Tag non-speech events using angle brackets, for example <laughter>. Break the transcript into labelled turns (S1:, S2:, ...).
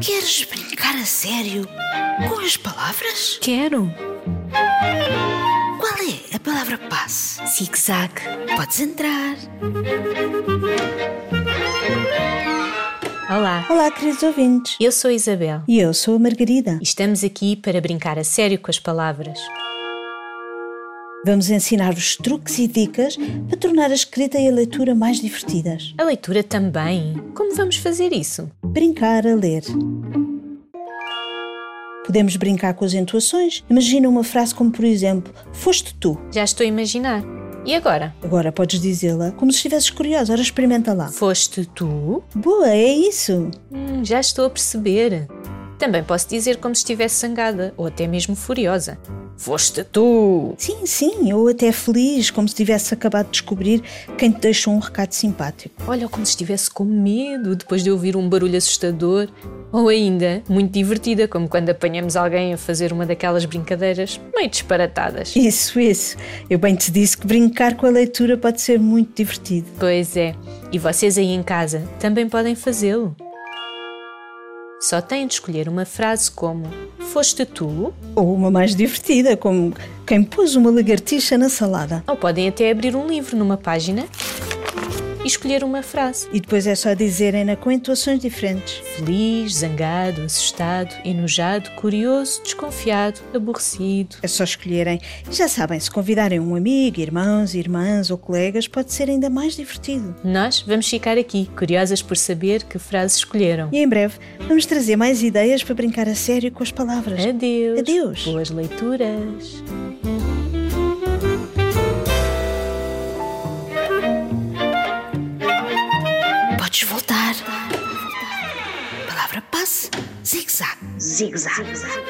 S1: Queres brincar a sério? Com as palavras?
S2: Quero.
S1: Qual é a palavra passe?
S2: Zig-zag.
S1: Podes entrar.
S2: Olá,
S3: Olá, queridos ouvintes.
S2: eu sou a Isabel
S3: E eu sou a Margarida.
S2: e estamos aqui para brincar a sério com as palavras.
S3: Vamos ensinar-vos truques e dicas para tornar a escrita e a leitura mais divertidas.
S2: A leitura também. Como vamos fazer isso?
S3: Brincar a ler. Podemos brincar com as entoações. Imagina uma frase como, por exemplo, foste tu.
S2: Já estou a imaginar. E agora?
S3: Agora podes dizê-la como se estivesses curiosa. Ora, experimenta lá.
S2: Foste tu?
S3: Boa, é isso.
S2: Hum, já estou a perceber. Também posso dizer como se estivesse zangada ou até mesmo furiosa. Foste tu!
S3: Sim, sim, ou até feliz, como se tivesse acabado de descobrir quem te deixou um recado simpático. <laughs>
S2: Olha, como se estivesse com medo depois de ouvir um barulho assustador. Ou ainda, muito divertida, como quando apanhamos alguém a fazer uma daquelas brincadeiras meio disparatadas.
S3: Isso, isso. Eu bem te disse que brincar com a leitura pode ser muito divertido.
S2: Pois é, e vocês aí em casa também podem fazê-lo. Só têm de escolher uma frase como Foste tu?
S3: Ou uma mais divertida, como quem pôs uma lagartixa na salada.
S2: Ou podem até abrir um livro numa página e escolher uma frase.
S3: E depois é só dizerem-na com entoações diferentes.
S2: Feliz, zangado, assustado, enojado, curioso, desconfiado, aborrecido.
S3: É só escolherem. E já sabem, se convidarem um amigo, irmãos, irmãs ou colegas, pode ser ainda mais divertido.
S2: Nós vamos ficar aqui, curiosas por saber que frase escolheram.
S3: E em breve vamos trazer mais ideias para brincar a sério com as palavras.
S2: É Adeus.
S3: Adeus.
S2: Boas leituras.
S1: Podes voltar. Palavra passe. Zig-zag. Zig-zag.